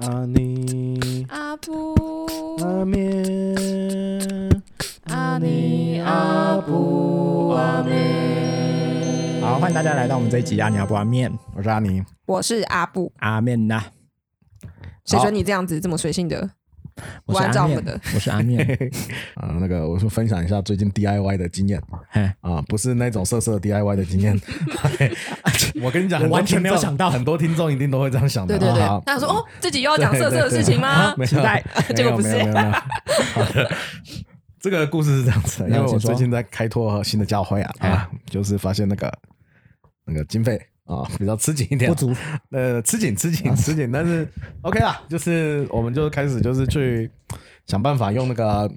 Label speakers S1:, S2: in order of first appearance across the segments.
S1: 阿尼
S2: 阿布
S1: 阿面，
S2: 阿尼阿布阿妹，
S3: 好，欢迎大家来到我们这一集阿尼阿布阿面，我是阿尼
S2: 我是阿布。
S3: 阿面呐，
S2: 谁
S3: 好
S2: 准你这样子这么随性的？
S3: 我是
S2: 按照
S3: 阿
S2: 我
S3: 面
S2: 们的，
S3: 我是 阿面，
S1: 啊，那个我说分享一下最近 DIY 的经验
S3: 嘿
S1: 啊，不是那种色色的 DIY 的经验。 我跟你讲，很多
S3: 完全没有
S1: 听众
S3: 想到
S1: 很多听众一定都会这样想的。
S2: 对对对
S1: 好，
S2: 他想说哦，自己又要讲色色的事情吗？
S1: 啊 没有
S3: 期待
S2: 结果不是
S1: 没有没有没有 没有好的，这个故事是这样子的，因为
S3: 那
S1: 我
S3: 请说哎
S1: 最近在开拓新的教会啊，啊，就是发现那个那个经费啊 比较吃紧一点，
S3: 不足，啊
S1: 呃，吃紧吃紧吃紧，但是 OK 啦，就是我们就开始就是去想办法用那个啊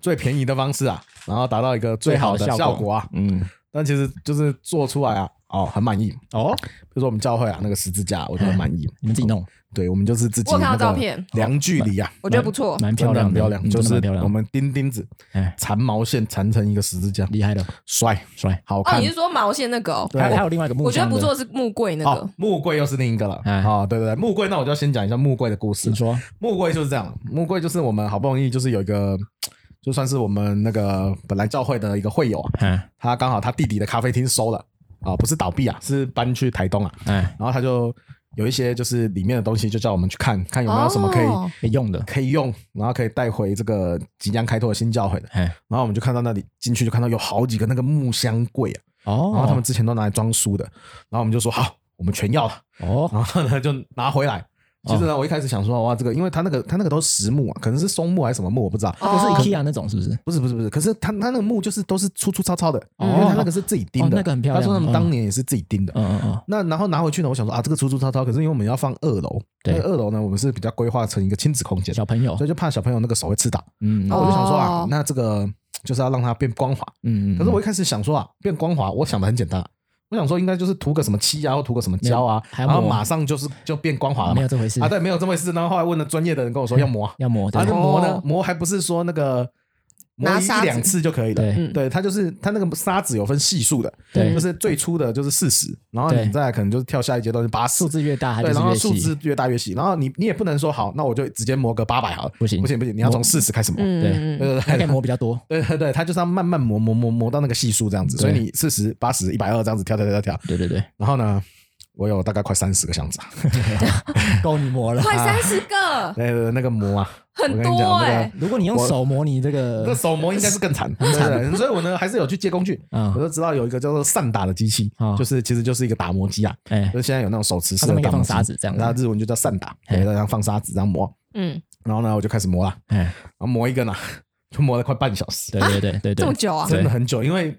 S1: 最便宜的方式啊，然后达到一个最好的
S3: 最好的
S1: 效
S3: 效果
S1: 果啊，
S3: 嗯，
S1: 但其实就是做出来啊，哦，很满意。
S3: 哦，嗯
S1: 比如说我们教会啊，那个十字架，我觉得很满意。
S3: 你们自己弄，
S1: 对，我们就是自己
S2: 我有看
S1: 那
S2: 到
S1: 个
S2: 照片
S1: 量距离啊，
S2: 我觉得不错，
S3: 蛮
S1: 真
S3: 漂
S1: 的
S3: 亮
S1: 很
S3: 的，
S1: 漂亮，
S3: 嗯
S1: 就
S3: 真的
S1: 是
S3: 蛮漂亮的
S1: 我们钉钉子，
S3: 哎，嗯
S1: 缠毛线缠成一个十字架，
S3: 厉害的，
S1: 帅
S3: 帅。
S1: 好
S2: 哦，
S1: 看
S2: 你。是说毛线那个哦？
S1: 对
S3: 还有还有另外一个木
S2: 我觉
S3: 箱
S2: 得
S3: 的，
S2: 不错，是木柜那
S1: 哦
S2: 个，。
S1: 木柜又是另一个了
S3: 哎
S1: 哦，对对对，木柜，那我就要先讲一下木柜的故事
S3: 你。说
S1: 木柜就是这样，木柜就是我们好不容易就是有一个，就算是我们那个本来教会的一个会友啊，
S3: 哎
S1: 他刚好他弟弟的咖啡厅收了啊，不是倒闭啊，是搬去台东啊，
S3: 哎，
S1: 然后他就有一些就是里面的东西，就叫我们去看看有没有什么可以、
S2: 哦
S3: 可以用的，
S1: 可以用，然后可以带回这个即将开拓的新教会的。
S3: 哎，
S1: 然后我们就看到那里进去就看到有好几个那个木箱柜啊，
S3: 哦，
S1: 然后他们之前都拿来装书的，然后我们就说好，我们全要了，
S3: 哦，
S1: 然后呢就拿回来。其实呢，我一开始想说哇，这个因为他那个他那个都是实木啊，可能是松木还是什么木，我不知道。
S3: 不是
S2: 哦
S3: IKEA 那种是不是？
S1: 不是不是不是，可是他他那个木就是都是粗粗糙糙的，
S3: 哦
S1: 因为他那个是自己钉
S3: 哦
S1: 的，
S3: 那个很漂亮
S1: 他说他们
S3: 嗯
S1: 当年也是自己钉的，
S3: 嗯嗯嗯，
S1: 那然后拿回去呢，我想说啊，这个粗粗糙糙，可是因为我们要放二楼，
S3: 对
S1: 那个二楼呢，我们是比较规划成一个亲子空间，
S3: 哦小朋友
S1: 所，以就怕小朋友那个手会刺到。
S3: 嗯
S1: 那我就想说啊
S2: 哦，
S1: 那这个就是要让它变光滑。
S3: 嗯嗯，
S1: 可是我一开始想说啊，变光滑，我想的很简单啊，我想说应该就是涂个什么漆啊，或涂个什么胶啊，
S3: 没有还
S1: 然后
S3: 要抹
S1: 马上就是就变光滑了
S3: 嗯没
S1: 嘛
S3: 有。这回事嗯
S1: 啊，，对，没有这回事。然后后来问了专业的人跟我说要磨啊，
S3: 要磨对
S1: 啊，那磨呢
S2: 哦？
S1: 磨还不是说那个磨
S2: 拿
S1: 一
S2: 砂纸
S1: 两次就可以了？
S3: 对
S2: 嗯
S1: 对，它就是它那个砂纸有分系数的，
S3: 对
S1: 就是最初的就是四十，然后你
S3: 对
S1: 再来可能就是跳下一阶段是八十
S3: 数，字越大，它就
S1: 对，
S3: 是
S1: 然后
S3: 越
S1: 数
S3: 细，
S1: 字越大越细，然后你你也不能说好，那我就直接磨个八百好了，
S3: 不行
S1: 不行不行，你要从四十开始磨，对
S2: 嗯，嗯
S1: 对
S3: 它可
S1: 对。
S3: 以磨比较多，
S1: 对对对，它就是要慢慢磨磨磨磨到那个系数这样子，所以
S3: 对
S1: 你四十八十一百二这样子跳跳跳跳跳，
S3: 对对对，
S1: 然后呢，我有大概快三十个箱子啊，
S3: 够你磨了
S2: 嗯，。快三十个，
S1: 那个那个磨啊，
S2: 很
S1: 我跟你
S2: 多
S1: 讲
S2: 哎
S1: 那
S3: 如果你用手磨，你这
S1: 个那
S3: 个
S1: 手磨应该是更 惨，对对对所以我呢还是有去借工具，
S3: 嗯
S1: 我就知道有一个叫做散打的机器
S3: 哦，
S1: 就是其实就是一个打磨机啊，
S3: 哎
S1: 就是现在有那种手持式
S3: 它上
S1: 的
S3: 面可
S1: 打
S3: 以
S1: 磨
S3: 放
S1: 机
S3: 沙子这样子
S1: 那日文就叫散打，对，
S3: 嘿
S1: 然后放沙子这样磨，
S2: 嗯，
S1: 然后呢我就开始磨了，
S3: 哎，
S1: 然后磨一个呢，就磨了快半小时，
S3: 对对对对对，
S2: 这么久啊？
S1: 真的
S3: 对
S1: 很久，因为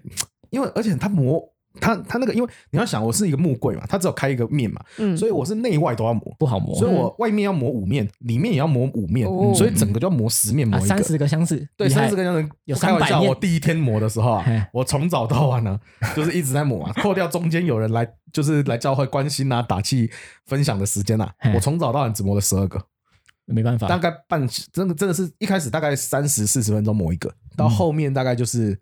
S1: 因为而且它磨它它那个，因为你要想我是一个木柜嘛，它只有开一个面嘛，
S2: 嗯，
S1: 所以我是内外都要磨，
S3: 不好磨啊
S1: 所以我外面要磨五面，里面也要磨五面，
S2: 哦
S1: 所以整个就要磨十面
S3: 啊，
S1: 磨一
S3: 三
S1: 个。
S3: 十个相似，
S1: 对，
S3: 厉害
S1: 三十个人
S3: 有
S1: 开玩
S3: 300
S1: 笑，
S3: 面
S1: 我第一天磨的时候
S3: 嘿
S1: 啊，我从早到晚呢，就是一直在磨啊， 扣掉中间有人来，就是来教会关心啊、打气、分享的时间啊
S3: 嘿，啊
S1: 我从早到晚只磨了十二个，
S3: 没办
S1: 大
S3: 法，
S1: 概半真的真的是一开始大概三十四十分钟磨一个，到
S3: 嗯
S1: 后面大概就是、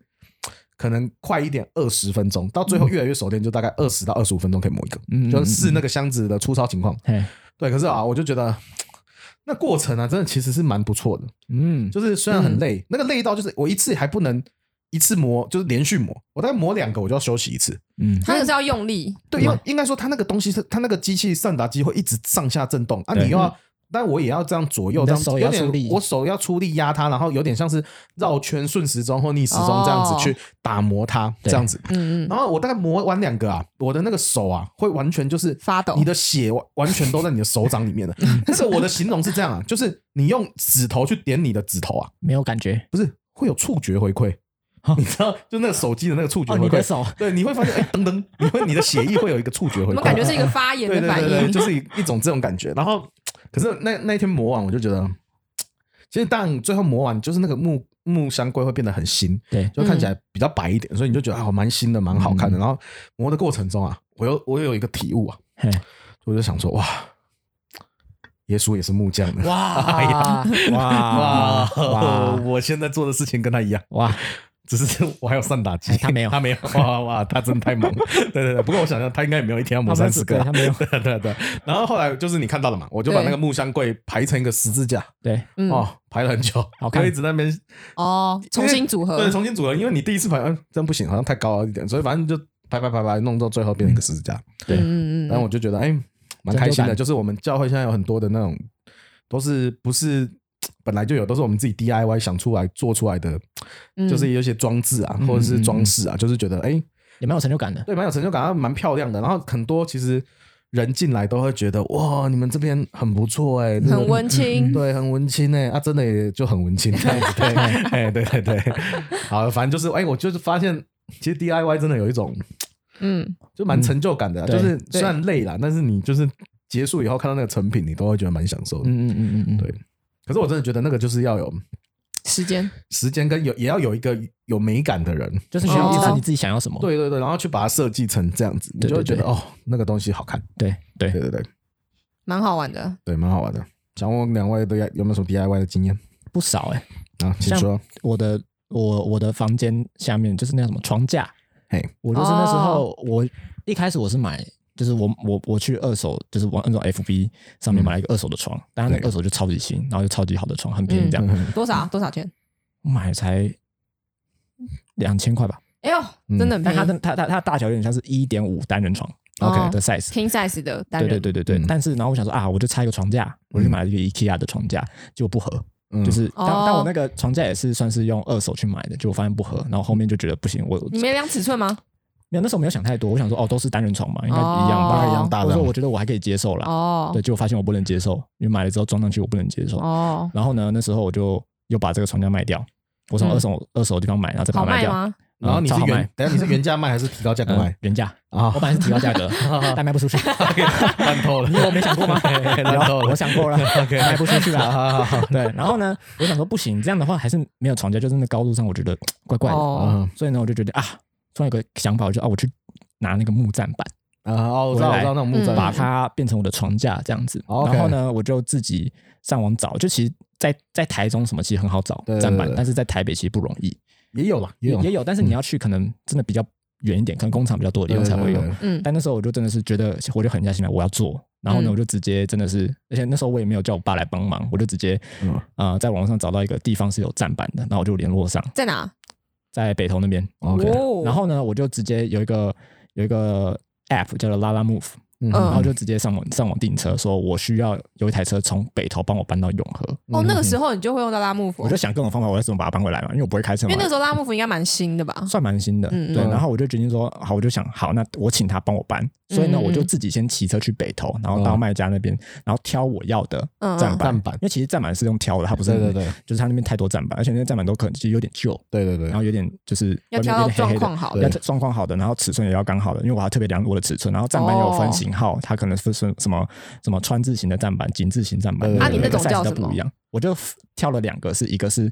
S1: 可能快一点二十分钟，到最后越来越熟练，就大概二十到二十五分钟可以磨一个，
S3: 嗯
S1: 就是试那个箱子的粗糙情况。
S3: 嘿，
S1: 对，可是
S3: 嗯
S1: 啊，我就觉得那过程啊，真的其实是蛮不错的，
S3: 嗯，
S1: 就是虽然很累，那个累到就是我一次还不能一次磨，就是连续磨，我大概磨两个我就要休息一次。
S3: 嗯，
S2: 他那个是要用力，
S1: 对，因为应该说它那个东西是它那个机器散打机会一直上下震动啊，
S3: 对
S1: 你又要，但我也要这样左右
S3: 你
S1: 这
S3: 的
S1: 样，
S3: 手也
S1: 有
S3: 要
S1: 点
S3: 出力
S1: 我手要出力压它，然后有点像是绕圈顺时钟或逆时钟
S2: 哦
S1: 这样子去打磨它，这
S3: 对
S1: 样子。
S2: 嗯嗯，
S1: 然后我大概磨完两个啊，我的那个手啊会完全就是
S2: 发抖
S1: 你的血完完全都在你的手掌里面了。但是我的形容是这样啊，就是你用指头去点你的指头啊，
S3: 没有感觉
S1: 不是会有触觉回馈，你知道，就那个手机的那个触觉
S3: 哦，
S1: 回
S3: 你的
S1: 馈。
S3: 手
S1: 对，你会发现，哎、噔噔，你会你的血液会有一个触觉回
S2: 我
S1: 馈，
S2: 们感觉是一个发炎
S1: 对
S2: 的
S1: 对
S2: 反
S1: 对对，
S2: 应，
S1: 就是一一种这种感觉。然后，可是那那一天磨完，我就觉得，其实但最后磨完，就是那个木木箱柜会变得很新，
S3: 对
S1: 就看起来比较白一点，所以你就觉得啊，蛮新的，蛮好
S3: 嗯
S1: 看的。然后磨的过程中啊，我又我又有一个体悟啊，
S3: 嘿
S1: 我就想说，哇，耶稣也是木匠的。
S3: 哇哇
S1: 哇
S3: 哇
S1: 我现在做的事情跟他一样，
S3: 哇，
S1: 只是我还有上打机，
S3: 哎他没有
S1: 他没有，哇哇，他真的太猛了，对对对。不过我想象他应该也没有一天要磨
S3: 他
S1: 三
S3: 们
S1: 十
S3: 是
S1: 个
S3: 对
S1: 啊，
S3: 他没有
S1: 对对对。然后后来就是你看到了嘛，我就把
S2: 对
S1: 那个木箱柜排成一个十字架，
S3: 对，
S2: 嗯
S1: 哦，排了很久，
S3: 好看
S1: 就一直在那边
S2: 哦，重新组合
S1: 对，，重新组合，因为你第一次排，嗯，真不行，好像太高了一点，所以反正就排排排排，弄到最后变成一个十字架。
S3: 对
S2: 嗯嗯
S1: 然后
S2: 嗯，
S1: 我就觉得，哎、蛮开心
S3: 成就
S1: 的。
S3: 感
S1: 就是我们教会现在有很多的那种，都是不是本来就有，都是我们自己 DIY 想出来做出来的，
S2: 嗯
S1: 就是有一些装置啊，或者是装饰啊，就是觉得，哎、
S3: 也蛮有成就感的。
S1: 对，蛮有成就感，然后蛮漂亮的。然后很多其实人进来都会觉得，哇，你们这边很不错哎、这个
S2: 嗯很温
S3: 嗯
S2: 馨，
S1: 对，很文青诶、啊，真的也就很文 青，对，哎，对对对，好，反正就是，哎，我就是发现，其实 DIY 真的有一种
S2: 嗯，
S1: 就蛮成就感的啊、
S3: 嗯对
S1: 就是虽然累啦，但是你就是结束以后看到那个成品，你都会觉得蛮享受的。
S3: 嗯嗯嗯嗯嗯，
S1: 对可是我真的觉得那个就是要有
S2: 时间，
S1: 时间跟有也要有一个有美感的人，
S3: 就是需要
S2: 哦
S3: 知道你自己想要什么。
S1: 对对对，然后去把它设计成这样子，你
S3: 对
S1: 就会觉
S3: 对
S1: 得
S3: 对
S1: 哦，那个东西好看。
S3: 对对
S1: 对对对
S2: 蛮好玩的。
S1: 对，蛮好玩的。想问两位的有没有什么 DIY 的经验
S3: 不少哎、
S1: 啊？请
S3: 像
S1: 说。
S3: 我的我我的房间下面就是那叫什么床架，
S1: 嘿，
S3: 我就是那时候、我一开始我是买，就是我我我去二手，就是玩那种 FB 上面买了一个二手的床，当然那个
S1: 嗯对
S3: 二手就超级新，然后又超级好的床，很便宜这样，
S1: 嗯
S2: 多少多少钱？
S3: 我买才两千块吧。
S2: 哎呦，
S1: 嗯
S2: 真的很
S3: 但
S2: 便
S3: 它
S2: 宜
S3: 的它它它的大小有点像是一点五单人床
S2: 哦
S3: OK 的 size，
S2: ，king size 的单
S3: 对
S2: 人，嗯
S3: 对对对对
S1: 嗯。
S3: 但是然后我想说啊，我就拆一个床架，我就买了一个 IKEA 的床架，结果不合，
S1: 嗯
S3: 就是
S2: 哦
S3: 但但我那个床架也是算是用二手去买的，结果发现不合，然后后面就觉得不行，我
S2: 你没量尺寸吗？
S3: 没有那时候没有想太多，我想说哦都是单人床嘛，应该一
S2: 哦
S3: 样
S1: 大
S3: 吧
S1: 概一样大
S3: 我
S1: 的
S3: 说我觉得我还可以接受啦，
S2: 哦
S3: 对，结果发现我不能接受，因为买了之后装上去我不能接受，
S2: 哦，
S3: 然后呢那时候我就又把这个床架卖掉，我从
S2: 嗯
S3: 二手二手的地方买，然后再把
S2: 好
S3: 它卖
S2: 卖
S3: 掉，
S2: 吗？
S1: 然后你是
S3: 嗯超好
S1: 原
S3: 卖，
S1: 等一下你是原价卖还是提高价格
S3: 嗯
S1: 卖
S3: 原价，
S1: 啊
S3: 我？本来是提高 价格，但卖不出去。
S1: 烂透了，？
S3: 你以为我没想过吗
S1: 烂透了，
S3: 我想过了
S1: OK
S3: 卖不出去了。
S1: 好好好，
S3: 对，然后呢，我想说不行，这样的话还是没有床架，就真的高度上我觉得嘖怪怪的。
S2: 哦，
S1: 嗯
S3: 所以呢，我就觉得啊，突然有个想法，我就啊，我去拿那个木栈板，
S1: 啊，哦我知道，
S3: 回
S1: 我
S3: 来
S1: 知道那种木
S2: 嗯
S1: 栈
S3: 把它变成我的床架这样子。
S1: 哦 OK
S3: 然后呢，我就自己上网找，就其实在在台中什么其实很好找
S1: 对对对
S3: 站板
S1: 对，
S3: 但是在台北其实不容易，
S1: 也有了，也
S3: 也
S1: 有嗯
S3: 也有，但是你要去可能真的比较远一点，可能工厂比较多的地方才会有。
S2: 嗯，
S3: 但那时候我就真的是觉得，我就狠下心来，我要做。然后呢，
S2: 嗯
S3: 我就直接真的是，而且那时候我也没有叫我爸来帮忙，我就直接
S1: 嗯
S3: 啊在网络上找到一个地方是有站板的，然后我就联络上，
S2: 在哪
S3: 在北投那边。啊
S1: OK，
S2: 哦
S3: 然后呢，我就直接有一个有一个 app 叫做拉拉 move，
S1: 嗯
S3: 然后
S2: 嗯
S3: 就直接上网上网订车，说我需要有一台车从北投帮我搬到永和。
S2: 哦，那个时候你就会用到拉幕
S3: 嗯我
S2: 府
S3: 就，想各种方法，我要怎么把它搬回来嘛，因为我不会开车
S2: 因
S3: 嘛
S2: 为。那时候拉幕府应该蛮新的吧？
S3: 算蛮新的，
S2: 嗯嗯
S3: 对。
S1: 嗯
S3: 然后我就决定说，好，我就想，好，那我请他帮我搬。所以呢，
S2: 嗯嗯
S3: 我就自己先骑车去北投，然后到
S1: 嗯
S3: 卖家那边，然后挑我要的
S2: 嗯
S3: 站
S2: 嗯
S3: 板。
S1: 站板
S3: 因为其实站板是用挑的，它不是
S1: 对对对
S3: 就是它那边太多站板，而且那些站板都可能其实有点旧，
S1: 对对对
S3: 然，后有点就是
S2: 嗯要
S3: 外面
S2: 挑到
S3: 有点黑
S2: 状
S3: 黑的
S2: 况好
S1: 对
S3: 要状况好的，然后尺寸也要刚好的，因为我要特别量我的尺寸。然后站板也有分型号，它可能是什什么什么川字型的站板、井字型站板
S1: 对，对
S3: 那
S1: 对啊你那
S2: 种叫什么
S3: 不一样。呃我就挑了两个，是一个是。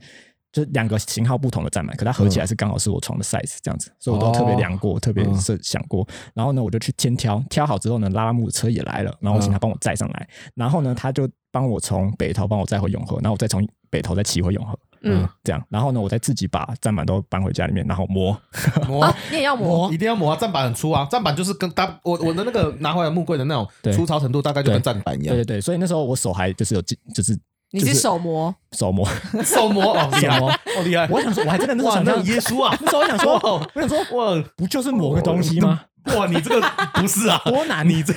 S3: 就两个型号不同的站板，可它合起来是刚好是我床的 size 这样子，所以我都特别量过，特别
S1: 嗯
S3: 设想过。然后呢，我就去先挑，挑好之后呢，拉拉木的车也来了，然后我请他帮我载上来。然后呢，他就帮我从北投帮我载回永和，然后我再从北投再骑回永和，
S2: 嗯，
S3: 这样。然后呢，我再自己把站板都搬回家里面，然后磨。
S1: 磨
S2: 啊，你也要磨，
S1: 一定要磨啊，站板很粗啊，站板就是跟大我我的那个拿回来木柜的那种
S3: 对
S1: 粗糙程度，大概就跟
S3: 对
S1: 站板一样
S3: 对对。对，所以那时候我手还就是有进，就是
S2: 你
S3: 就是
S2: 手磨，
S3: 手磨。
S1: 手磨哦，厉害，哦厉害，
S3: 我想说，我还 真的那时候
S1: 哇，
S3: 想
S1: 那有
S3: 象，
S1: 耶稣啊，
S3: 那时候我想说，
S1: 哇
S3: 我想说，
S1: 哇
S3: 不就是磨个东西吗？
S1: 哇，你这个不是啊，
S3: 多难！
S1: 你这，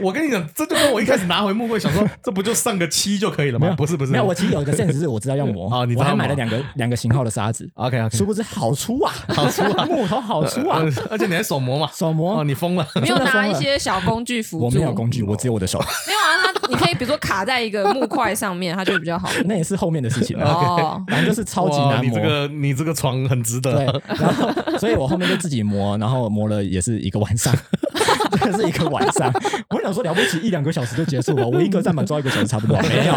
S1: 我跟你讲，这就跟我一开始拿回木柜想 说，这不就上个漆就可以了
S3: 没
S1: 吗？
S3: 有，
S1: 不是不是，
S3: 没有。我其实有一个 sense 是我知道要 磨，
S1: 哦你知
S3: 我
S1: 道
S3: 还
S1: 磨
S3: 买了两个两个型号的砂 子，
S1: OK OK，
S3: 殊不知好粗啊， 好粗啊，木头好粗啊，
S1: 呃而且你还手磨嘛，
S3: 手
S1: 哦，
S3: 磨。
S1: 你疯了，
S2: 没有
S3: 真的疯
S2: 拿一
S3: 了
S2: 些小工具辅助，
S3: 我没有工具，我只有我的 手，
S2: 没有啊，它你可以比如说卡在一个木块上面，它就会比较 好。
S3: 那也是后面的事情了。
S2: 哦，
S3: 反正就是超级
S1: 哇
S3: 难
S1: 你
S3: 磨
S1: 这。个你这个床很值
S3: 对
S1: 得，，
S3: 然后所以我后面就自己磨，然后磨了也是一个晚上， 真的是一个晚上。我想说了不起一两个小时就结束了，我一个站板抓一个小时差 不多，没有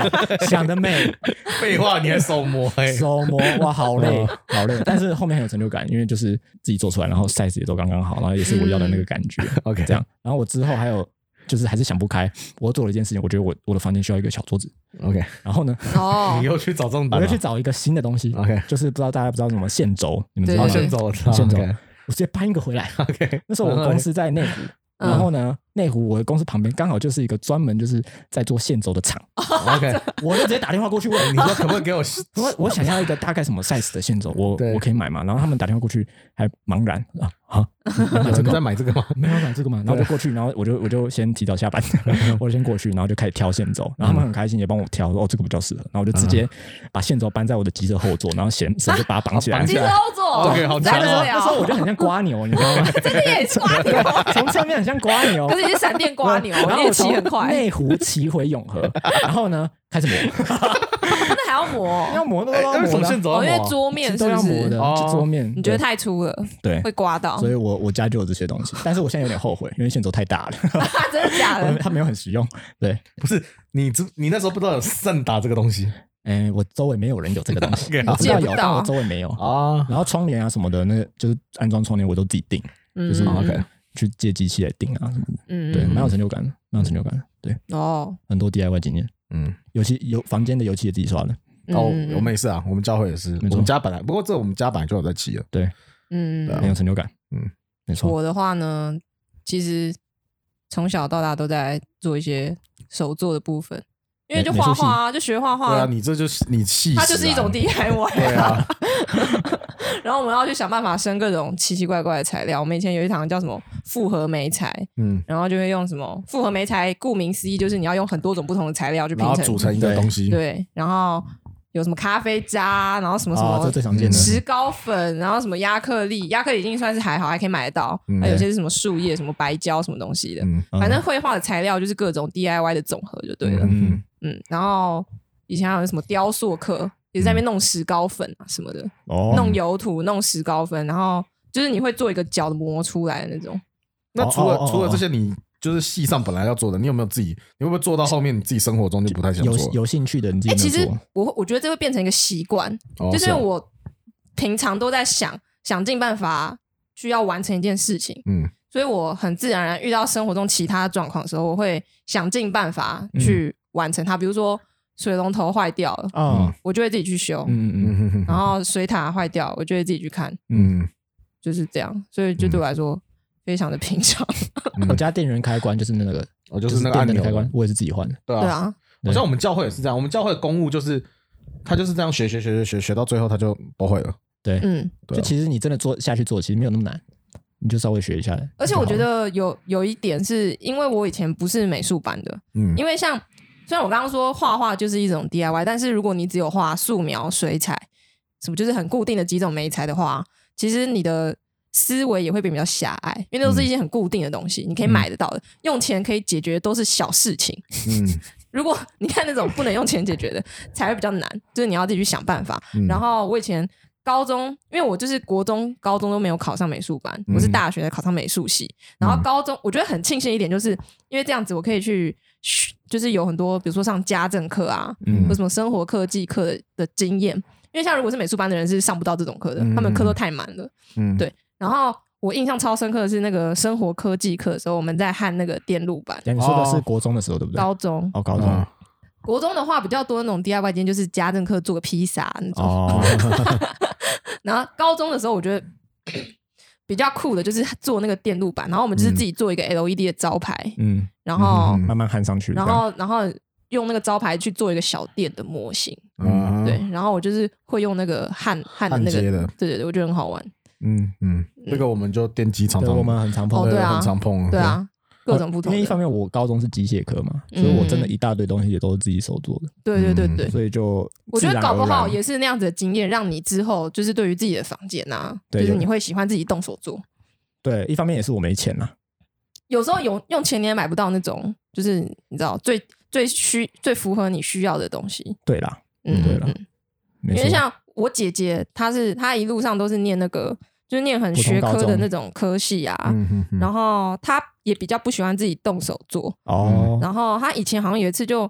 S3: 想得 美，
S1: 废话，你还手磨哎，
S3: 手磨哇好累好累，但是后面很有成就感，因为就是 自己做出来，然后 size 也都刚刚好，然后也是我要的那个感觉，
S1: OK
S3: 这样。然后我之后还有就是还是想不开，我做了一件事情，我觉得我我的房间需要一个小桌子，
S1: OK，
S3: 然 后呢，
S2: 哦
S1: 你，又去找这种
S3: 我
S1: 版
S3: 就
S1: 了
S3: 去找一个新的东西
S1: OK
S3: 就是不知道大家不知道什么线轴，你们知
S2: 对
S3: 道
S1: 哦，
S3: 吗？
S1: 先走， 我知 道
S3: 线轴
S1: OK
S3: 我直接搬一个回来。
S1: OK，
S3: 那时候我公司在内 湖，
S2: 嗯
S3: 然后呢，内湖我的公司旁边刚好就是一个专门就是在做线轴的厂，
S1: OK，
S3: 啊我就直接打电话过去问
S1: 你
S3: 你
S1: 说可不可以给 我？
S3: 我我想要一个大概什么 size 的线轴，我
S1: 对
S3: 我可以买吗？然后他们打电话过去还茫然啊啊，
S1: 有人在买这个吗？
S3: 没有买这个嘛，然后就过去，然后我就我就先提早下 班，我就先过去，然后就开始挑线轴，然后他们很开心也帮我挑，说哦这个比较适合，然后我就直接把线轴搬在我的机车后座，然后绳绳就把它绑起来
S1: 绑。
S2: 其
S1: 起
S2: 实
S1: 来
S2: 欧佐
S1: OK，好
S2: 来
S1: 强
S2: 得
S1: 哦
S3: 那时候我
S2: 了，
S3: 就很像瓜牛，你知道 吗？
S2: 这个啊也是瓜 牛，
S3: 从侧面很像瓜牛
S2: 可，是你是闪电瓜牛，
S3: 然
S2: 你
S3: 后
S2: 也
S3: 我
S2: 骑
S3: 从
S2: 很快，
S3: 内湖骑回永和，然后呢开始 磨，
S2: 真的还要
S3: 要
S2: 磨
S3: 磨都要
S1: 哎为什
S3: 磨
S1: 么
S3: 的
S1: 线，走
S2: 哦，因
S1: 要
S2: 为
S1: 抹啊？
S2: 桌面
S3: 都
S2: 是
S3: 要
S2: 不
S3: 磨
S2: 是
S3: 的？
S1: 哦
S3: 桌面
S2: 你觉得
S3: 对
S2: 太粗了，
S3: 对
S2: 会刮到
S3: 所？以我我家就有这些东西，但是我现在有点后悔，因为线轴太大 了，
S2: 真的 假的？
S3: 它没有很实用。对，
S1: 不是你知你那时候不知道有圣达这个东西
S3: 哎，我周围没有人有这个东西，
S1: OK，好
S3: 我知道
S2: 借
S3: 有，
S2: 不到
S3: 但
S2: 啊
S3: 我周围没有。
S1: 啊？
S3: 然后窗帘啊什么的，那就是安装窗帘我都自己定，
S2: 嗯
S3: 就是
S1: 嗯 OK
S3: 去借机器来定啊什么的，
S2: 嗯
S3: 对，蛮有成就感的，蛮有成就感的。对，
S2: 哦，
S3: 很多 DIY 经验，
S1: 嗯，
S3: 油漆油房间的油漆也自己刷的，
S1: 哦，
S2: 嗯
S1: 我们也是啊，我们教会也是，
S3: 没错
S1: 我们家本来不过这我们家本来就有在骑了，
S3: 对，
S2: 嗯，
S3: 很有成就感。
S1: 嗯
S3: 嗯，没错，
S2: 我的话呢，其实从小到大都在做一些手做的部分，因
S1: 哎
S2: 为
S3: 美
S2: 就
S3: 美术
S2: 画
S3: 系
S2: 画啊，就学画画
S1: 对啊，
S2: 啊，
S1: 你这就是你气死啊，
S2: 它就是一种 DIY
S1: 对啊，
S2: 然后我们要去想办法生各种奇奇怪怪的材料。我们以前有一堂叫什么复合媒材，
S1: 嗯，
S2: 然后就会用什么复合媒材，顾名思义就是你要用很多种不同的材料去拼
S1: 然后
S2: 成，
S1: 组成一个东西，
S2: 对，然后有什么咖啡渣，然后什么什么。
S3: 啊，这最常见的，
S2: 石膏粉，然后什么亚克力，亚克力已经算是还好，还可以买得到。
S1: 嗯
S2: 还有些是什么树叶、什么白胶、什么东西的。
S1: 嗯
S3: 嗯
S2: 反正绘画的材料就是各种 DIY 的总和就对了。
S3: 嗯，
S2: 嗯，然后以前还有什么雕塑课，也是在那边弄石膏粉啊什么的，
S3: 哦
S2: 弄油土、弄石膏粉，然后就是你会做一个角的模出来的那种。
S1: 那除了
S3: 哦哦哦哦
S1: 除了这些，你就是戏上本来要做的，你有没有自己？你会不会做到后面你自己生活中就不太想
S3: 有
S1: 做了？
S3: 有兴趣的你自
S2: 哎、
S3: 己
S2: 其
S3: 没有
S2: 实
S3: 做，
S2: 我我觉得这会变成一个习惯，
S1: 哦
S2: 就是
S1: 是哦
S2: 我平常都在想想尽办法去要完成一件事情，
S1: 嗯
S2: 所以我很自然而然遇到生活中其他状况的时候，我会想尽办法去完成它。比如说水龙头坏掉了，
S3: 啊，
S2: 我就会自己去修；
S3: 嗯嗯嗯。
S1: 嗯嗯
S2: 然后水塔坏掉，我就会自己去看，
S1: 嗯
S2: 就是这样。所以就对我来说、非常的平常，
S1: 嗯
S3: 我家电源开关就是那个，
S1: 哦就是那个
S3: 电
S1: 按
S3: 灯
S1: 钮
S3: 开关，我也是自己换的。
S1: 对
S2: 对
S1: 啊，
S2: 啊。
S1: 好像我们教会也是这样，我们教会的公务就是他就是这样学学学学学学到最后他就都会了。
S3: 对，
S2: 嗯，
S1: 对啊
S3: 就其实你真的做下去做，其实没有那么难，你就稍微学一下来。
S2: 而且我
S3: 就好
S2: 觉
S3: 了，
S2: 得有有一点是因为我以前不是美术班的，
S1: 嗯
S2: 因为像虽然我刚刚说画画就是一种 DIY，但是如果你只有画素描、水彩，什么就是很固定的几种媒材的话，其实你的思维也会变比较狭隘，因为都是一些很固定的东西，你可以买得到的，用钱可以解决都是小事情。
S1: 嗯
S2: 如果你看那种不能用钱解决的，才会比较难，就是你要自己去想办法。
S1: 嗯
S2: 然后我以前高中，因为我就是国中、高中都没有考上美术班，
S1: 嗯
S2: 我是大学才考上美术系。然后高中我觉得很庆幸一点，就是因为这样子我可以去学，就是有很多比如说上家政课啊，
S1: 嗯
S2: 或什么生活课、技课的的经验。因为像如果是美术班的人是上不到这种课的，
S1: 嗯
S2: 他们课都太满了。
S1: 嗯，
S2: 对然后我印象超深刻的是那个生活科技课的时候，我们在焊那个电路板。
S3: 等一下你说的
S1: 哦
S3: 是国中的时候，对不对？
S2: 高中
S3: 哦，高中
S1: 嗯
S2: 国中的话比较多那种 DIY 间，就是家政课做个披萨那种。
S3: 哦，
S2: 然后高中的时候，我 觉得比较酷的就是做那个电路板，然后我们就是自己做一个 LED 的招牌，
S3: 嗯，
S2: 然后、
S1: 嗯
S3: 慢慢焊上去。
S2: 然
S3: 这样
S2: 后然后用那个招牌去做一个小店的模型，
S3: 啊
S1: 嗯
S2: 对，，然后我就是会用那个焊焊的
S1: 焊
S2: 那个，
S1: 接的，
S2: 对对对，我觉得很好玩，
S3: 嗯，
S1: 嗯，这个我们就电机常
S3: 对，
S1: 常
S3: 我们很常碰
S2: 哦
S3: 到。
S2: 对啊
S1: 很常碰，
S2: 对，啊，各种不同
S3: 哦因为一
S2: 的，嗯
S3: 方面我高中是机械科嘛，所以我真的一大堆东西也都是自己手做的，
S2: 对对对对。
S3: 所以就
S2: 嗯我觉
S3: 嗯自
S2: 得
S3: 然
S2: 搞不
S3: 而然
S2: 好也是那样子的经验，让你之后就是对于自己的房间啊，
S3: 对
S2: 就是
S3: 有
S2: 你会喜欢自己动手做。
S3: 对，一方面也是我没钱啦，
S2: 有时候有用钱你也买不到那种，就是你知道最最需最符合你需要的东西。
S3: 对啦，
S2: 嗯，
S3: 对啦
S2: 嗯
S3: 没
S2: 因为
S3: 错，
S2: 像我姐姐，她是她一路上都是念那个，就是念很学科的那种科系啊。
S1: 嗯嗯
S2: 然后她也比较不喜欢自己动手做。
S3: 哦，
S2: 嗯然后她以前好像有一次就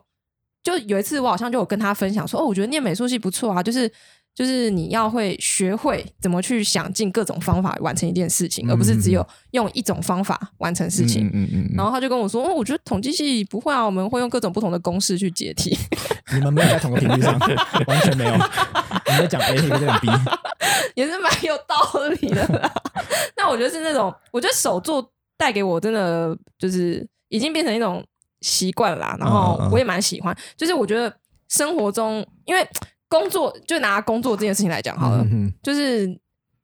S2: 就有一次，我好像就有跟她分享说，哦，我觉得念美术系不错啊，就是就是你要会学会怎么去想尽各种方法完成一件事情，而不是只有用一种方法完成事情。
S3: 嗯嗯嗯嗯
S2: 然后他就跟我说：“哦，我觉得统计系不会啊，我们会用各种不同的公式去解题。
S3: 嗯，你们没有在同个频率 上，完全没有。你在讲 A，一个在讲 B，
S2: 也是蛮有道理的啦。那我觉得是那种，我觉得手作带给我真的就是已经变成一种习惯啦，然后我也蛮喜欢。就是我觉得生活中，因为工作就拿工作这件事情来讲好了，
S1: 嗯哼
S2: 就是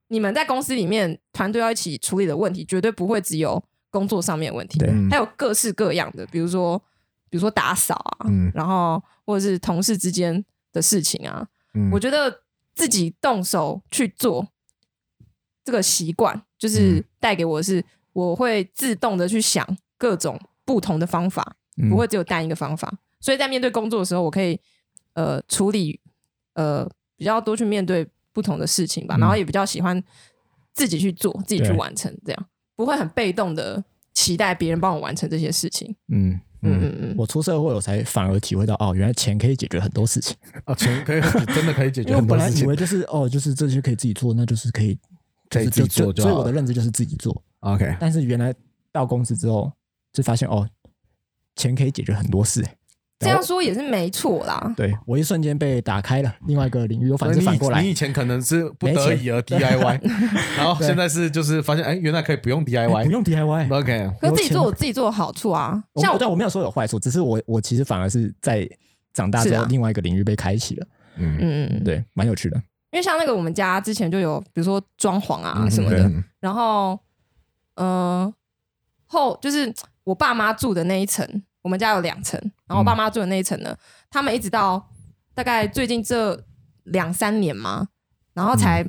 S2: 你们在公司里面团队要一起处理的问题，绝对不会只有工作上面的问题
S3: 对，
S2: 还有各式各样的，比如说比如说打扫啊，
S1: 嗯
S2: 然后或者是同事之间的事情啊，
S1: 嗯
S2: 我觉得自己动手去做这个习惯，
S3: 嗯
S2: 就是带给我的是，我会自动的去想各种不同的方法，
S3: 嗯
S2: 不会只有单一个方法。所以在面对工作的时候，我可以呃处理呃比较多去面对不同的事情吧，然后也比较喜欢自己去做，自己去
S3: 嗯对
S2: 完成，这样不会很被动的期待别人帮我完成这些事情。
S3: 嗯。
S1: 嗯
S2: 嗯嗯嗯。
S3: 我出社会，我才反而体会到，哦，原来钱可以解决很多事情。
S1: 啊，钱可以真的可以解
S3: 因
S1: 决
S3: 为我
S1: 很多
S3: 本来
S1: 事
S3: 以
S1: 情
S3: 为就是，哦，就是这些可以自己做，那就是可以，
S1: 可以
S3: 就是
S1: 自己做
S3: 就
S1: 就
S3: 所以
S1: 好
S3: 我的
S1: 了
S3: 认知就是自己做。
S1: ，OK，
S3: 但是原来到公司之后，就发现哦，钱可以解决很多事。
S2: 这样说也是没错啦，
S3: 对我一瞬间被打开了另外一个领域，我
S1: 所
S3: 反而
S1: 以
S3: 是
S1: 你
S3: 反过来
S1: 你以，前可能是不
S3: 没
S1: 得
S3: 钱
S1: 已而 DIY，然后现在是就是发现哎，原来可以不用
S3: 不
S1: DIY，OK，
S3: 用 DIY。
S2: 可是
S3: 我
S2: 自己做
S3: 前
S2: 有自己做的好处啊，像
S3: 像我，但我没有说有坏处，只是我我其实反而是在长大之
S2: 是
S3: 后，
S2: 啊
S3: 另外一个领域被开启了。
S1: 嗯
S2: 嗯嗯嗯。
S3: 对，蛮有趣的。
S2: 因为像那个我们家之前就有，比如说装潢啊
S1: 嗯
S2: 什么的，
S1: 对嗯
S2: 然后，嗯、后就是我爸妈住的那一层，我们家有两层，然后
S3: 嗯
S2: 我爸妈住的那一层呢，他们一直到大概最近这两三年嘛，然后
S3: 嗯
S2: 才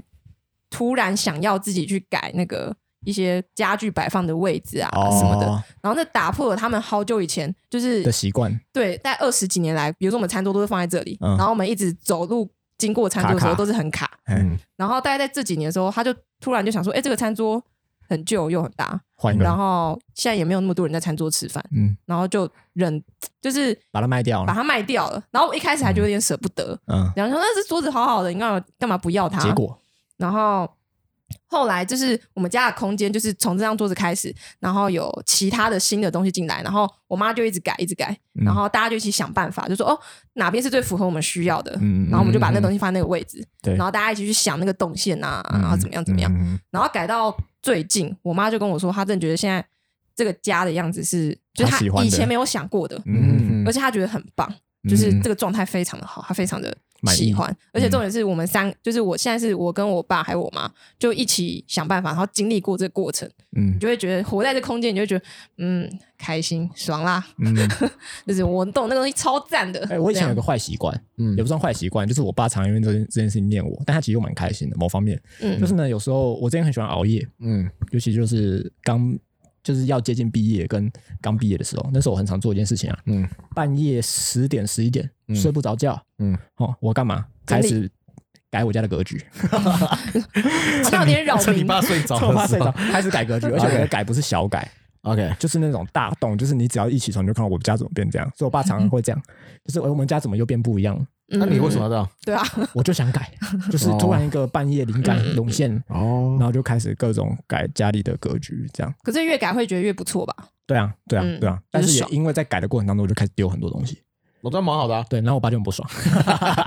S2: 突然想要自己去改那个一些家具摆放的位置啊什么的，
S3: 哦
S2: 然后那打破了他们好久以前就是
S3: 的习惯，
S2: 对，在二十几年来，比如说我们餐桌都是放在这里，
S3: 嗯
S2: 然后我们一直走路经过餐桌的时候
S3: 卡卡
S2: 都是很卡，
S1: 嗯
S2: 然后大概在这几年的时候，他就突然就想说，哎、这个餐桌很旧又很大，
S3: 换一
S2: 然
S3: 个，
S2: 后现在也没有那么多人在餐桌吃饭，
S3: 嗯，
S2: 然后就忍，就是
S3: 把它卖掉
S2: 把
S3: 了，
S2: 它卖掉了。然后我一开始还觉得有点舍不得，
S3: 嗯，
S2: 然后说那这桌子好好的，你干嘛干嘛不要它？
S3: 结果
S2: 然后后来就是我们家的空间，就是从这张桌子开始，然后有其他的新的东西进来，然后我妈就一直改，一直改，
S3: 嗯
S2: 然后大家就一起想办法，就说哦哪边是最符合我们需要的，
S3: 嗯嗯
S2: 然后我们就把那东西放在那个位置，
S3: 对
S2: 然后大家一起去想那个动线啊，
S3: 嗯
S2: 然后怎么样怎么样，
S1: 嗯
S2: 然后改到最近，我妈就跟我说，她真的觉得现在这个家的样子是，就是
S3: 她喜欢
S2: 她以
S3: 的
S2: 前没有想过的，
S3: 嗯
S2: 而且她觉得很棒，
S3: 嗯
S2: 就是这个状态非常的好，她非常的
S3: 满意嗯
S2: 喜欢。而且重点是我们三，就是我现在是我跟我爸还有我妈，就一起想办法，然后经历过这个过程，
S3: 嗯
S2: 你就会觉得活在这空间，你就会觉得嗯开心爽啦，
S3: 嗯，
S2: 就是我懂那个东西超赞的。
S3: 哎，我以前有
S2: 这
S3: 个
S2: 样
S3: 坏习惯，
S1: 嗯
S3: 也不算坏习惯，就是我爸常因为这件这件事情念我，但他其实又蛮开心的。某方面，
S2: 嗯
S3: 就是呢，有时候我之前很喜欢熬夜，
S1: 嗯
S3: 尤其就是刚就是要接近毕业跟刚毕业的时候，那时候我很常做一件事情啊，
S1: 嗯
S3: 半夜十点十一点睡不着觉，
S1: 嗯，
S3: 哦，我干嘛
S2: 整
S3: 开
S2: 理
S3: 始改我家的格 局，
S2: 那有 点扰
S1: 趁你
S2: 民，
S1: 爸睡着
S3: 我怕
S1: 的
S3: 睡
S1: 时候
S3: 着，开始改格 局，而且我的改不是小改，
S1: ，OK，
S3: 就是那种大动，就是你只要一起床你就看到我们家怎么变这样，所以我爸常常会 这样，就是哎我们家怎么又变不一样了，
S1: 那
S2: 那
S1: 你为什么要这样？
S2: 嗯对啊？
S3: 我就想改，就是突然一个半夜灵感涌现，然
S1: 哦，
S3: 后就开始各种改家里的格局，这样。
S2: 可是越改会觉得越不错吧？
S3: 对啊，对啊
S2: 嗯，
S3: 对啊，
S2: 就
S3: 但
S2: 是
S3: 是也
S2: 爽
S3: 因为在改的过程当中，我就开始丢很多东西。
S1: 我这样蛮好的啊，
S3: 对，然后我爸就很不爽，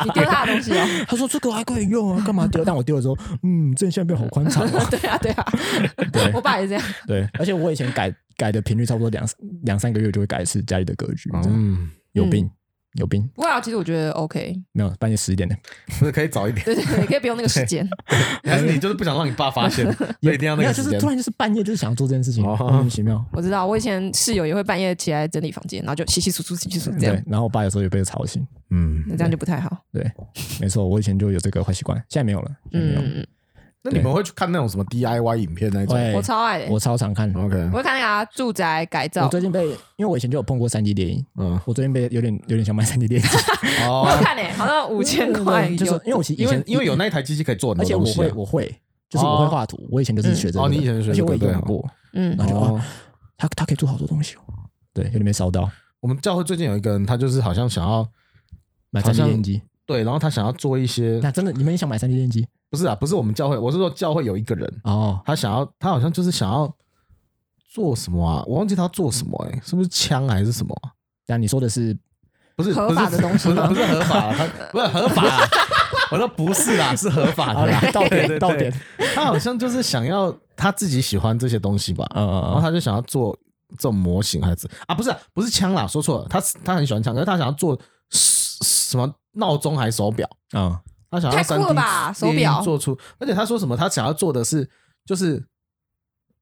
S2: 你丢他的东西哦。
S3: 他说这个还可以用啊，干嘛丢？但我丢了之后，嗯，这现在变好 宽敞啊。
S2: 对啊，对啊，
S3: 对
S2: 我爸也这样。
S3: 对，而且我以前改改的频率差不多两两三个月就会改一次家里的格局，这样
S1: 嗯，
S3: 有病有病，
S2: 不过啊，其实我觉得 OK，
S3: 没有半夜十一点的，
S1: 不是可以 早一点，
S2: 对对对，你可以不用那个时间。
S1: 还是你就是不想让你爸发现，所以一定要那
S3: 没有
S1: 个
S3: 就
S1: 时
S3: 是
S1: 间
S3: 突。然就是半夜就是想要做这件事情，
S1: 哦
S3: 莫名 其妙。
S2: 我知道，我以前室友也会半夜起来整理房间，然后就洗洗簌簌、洗洗簌簌这样
S3: 对，，然后我爸有时候也被吵醒。
S1: 嗯，
S2: 那这样就不太好。
S3: 对，没错，我以前就有这个坏习惯，现在没有了，现在没有了。
S2: 嗯，
S1: 那你们会去看那种什么 DIY 影片那种
S3: 对
S2: 我超爱的，
S3: 我超常看，
S1: ？OK，
S2: 我会看那个啊住宅改
S3: 我
S2: 造，
S3: 最近被，因为我以前就有碰过三 D 电影，
S1: 嗯，
S3: 我最近被有点有点想买三 D 电影，
S2: 我
S1: 哦
S2: 有，看诶，好像五千
S1: 嗯
S2: 块
S3: 就是
S2: 有。
S3: 因为我其实以
S1: 因为
S3: 前
S1: 因为有，那一台机器可以做很
S3: 而
S1: 多
S3: 且我
S1: 东西
S3: 会
S1: 啊，哦
S3: 我会，就是我会画图，我以前就是学这个的，
S1: 哦你以前是学
S3: 而且我也
S1: 这个
S3: 用
S1: 对
S3: 过，
S2: 嗯
S3: 然后就
S1: 哦
S3: 哇，他他可以做好多东西哦，对，有点没烧到，
S1: 我们教会最近有一个人，他就是好像想要
S3: 买三 D
S1: 好像
S3: 电影机，
S1: 对，然后他想要做一些，
S3: 那真的，你们也想买三 D 电机
S1: 不是啊，不是我们教会，我是说教会有一个人，
S3: 哦？
S1: 他想要，他好像就是想要做什么啊？我忘记他做什么、欸，哎，是不是枪还是什么啊、
S3: 但你说的是
S1: 不是
S2: 合法的东西
S1: 不是
S2: 吗
S1: 不是合法啊，他不是合法啊。我说不是啦，是合法的啦
S3: 好啦。啊到点
S1: 啊对对对
S3: 到点
S1: 他好像就是想要他自己喜欢这些东西吧，
S3: 嗯嗯
S1: 然后他就想要做这种模型还是啊，不是啊不是枪啦，说错了，他他很喜欢枪，可是他想要做什么闹钟还是手表？
S3: 嗯
S1: 他想要
S2: 太
S1: 三 D
S2: 酷了吧手表
S1: 做出，而且他说什么？他想要做的是，就是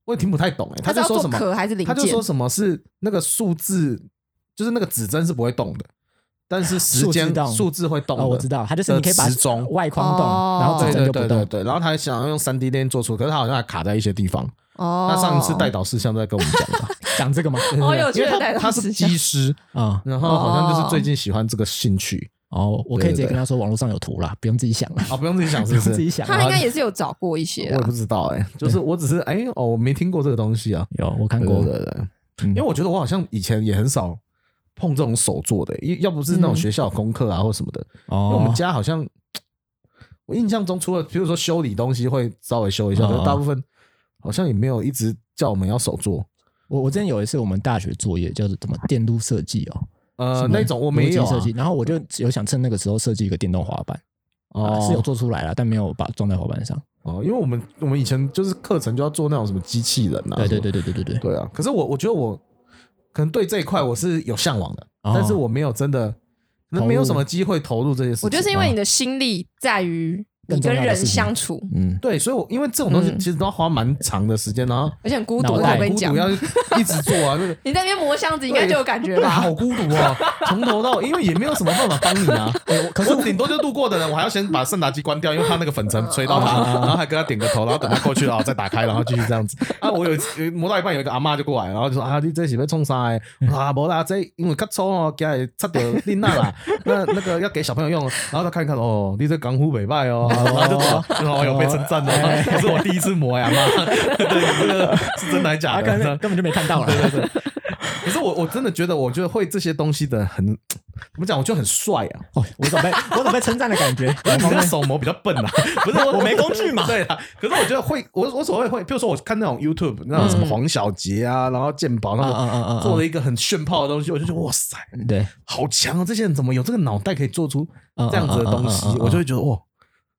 S1: 我也听不太懂哎、欸，
S2: 他
S1: 他
S2: 是
S1: 就
S2: 要
S1: 说
S2: 做
S1: 什么？
S2: 壳还是零
S1: 他就
S2: 件
S1: 说？什么是那个数字，就是那个指针是不会动的，但是时
S3: 数字
S1: 间
S3: 动
S1: 数字会动的、
S3: 哦，我知道，它就是你可以把
S1: 的时钟
S3: 外框动，
S2: 哦
S3: 然后
S1: 对
S3: 指针
S1: 对
S3: 就不
S1: 对对
S3: 动。
S1: 对，然后他还想要用三 D 链做出，可是他好像还卡在一些地方。
S2: 哦，
S1: 那上一次带导事项在跟我们讲的，
S3: 讲这个吗？
S2: 哦有趣
S1: 因为
S2: 的
S1: 他
S2: 带导
S1: 他
S2: 事
S1: 是
S2: 项
S1: 技师，
S3: 啊
S1: 然后好像就是最近喜欢这个兴趣
S3: 哦，我可以直接
S1: 对对对
S3: 跟他说，网络上有图啦，不用自己想了，
S1: 啊，不用自己想
S3: 哦不
S1: 是不
S3: 用
S1: 是？
S3: 自己想啦。
S2: 他应该也是有找过一些
S1: 我也
S2: 啦
S1: 不知道哎、 就是我只是哎、哦，我没听过这个东西啊。
S3: 有我看
S1: 对
S3: 过
S1: 对，对对，
S3: 嗯
S1: 因为我觉得我好像以前也很少碰这种手做的、要要不是那种学校功课啊或什么的，因为我
S3: 哦
S1: 们，家好像，我印象中除了比如说修理东西会稍微修一下，
S3: 嗯
S1: 可是大部分好像也没有一直叫我们要手做。
S3: 我我之前有一次我们大学作业叫做什么电路设计哦，
S1: 呃
S3: 什，么
S1: 那种我没有
S3: 逻辑设
S1: 啊
S3: 计，然后我就有想趁那个时候设计一个电动滑板，啊是有
S1: 哦
S3: 做出来了，但没有把装在滑板上。
S1: 哦，因为我们我们以前就是课程就要做那种什么机器人啊，
S3: 对对
S1: 什么
S3: 对对对对对，
S1: 对啊。可是我我觉得我可能对这一块我是有向往的，
S3: 哦
S1: 但是我没有真的，可能没有什么机会投入这些事情。啊
S2: 我觉得是因为你的心力在于你
S3: 更重
S2: 跟
S3: 要的
S2: 人
S3: 事情
S2: 相处，
S3: 嗯，
S1: 对，所以我因为这种东西
S2: 嗯
S1: 其实都要花蛮长的时间，然后
S2: 而且很孤独。
S3: 脑
S2: 我
S3: 袋
S1: 好
S2: 跟你
S1: 孤
S2: 讲
S1: 独，要一直做 啊，那个
S2: 你在那边磨箱子应该就有感觉
S1: 对，哎
S2: 吧？
S1: 好孤独哦，从头到因为也没有什么办法帮你 啊。可是顶多就路过的人，我还要先把圣达机关掉，因为他那个粉尘吹到 他，然后还跟他点个头，然后等他过去了，然后再打开，然后继续这样子。啊，我有一次磨到一半，有一个阿嬷就过来，然后就说啊，你这是被冲啥的？我说啊，没啦，这因为较粗哦，给他擦掉你那啊啦，那那个要给小朋友用。然后他看一看，哦，你这港虎北拜哦，然后就走， 然后有被称 赞哦，可是我第一次磨呀，妈， 对，这个是真的还是假
S3: 啊，根
S1: 的
S3: 本？根本就没看到了。
S1: 对对对。可是我我真的觉得，我觉得会这些东西的很怎么讲，我就很帅 啊。
S3: 哦，我怎么被我怎么被称赞的感觉？
S1: 你那手模比较笨啊， 不是我
S3: 我没工具 嘛
S1: 对啊，可是我觉得会，我我所谓会，譬如说我看那种 YouTube 那种什么黄小杰啊，然后鉴宝，然
S3: 嗯嗯嗯嗯
S1: 后
S3: 嗯
S1: 做了一个很炫炮的东西，我就觉得哇塞，
S3: 对，
S1: 好强啊！这些人怎么有这个脑袋可以做出
S3: 嗯
S1: 这样子的东西
S3: 嗯嗯嗯嗯？嗯
S1: 我就会觉得哇，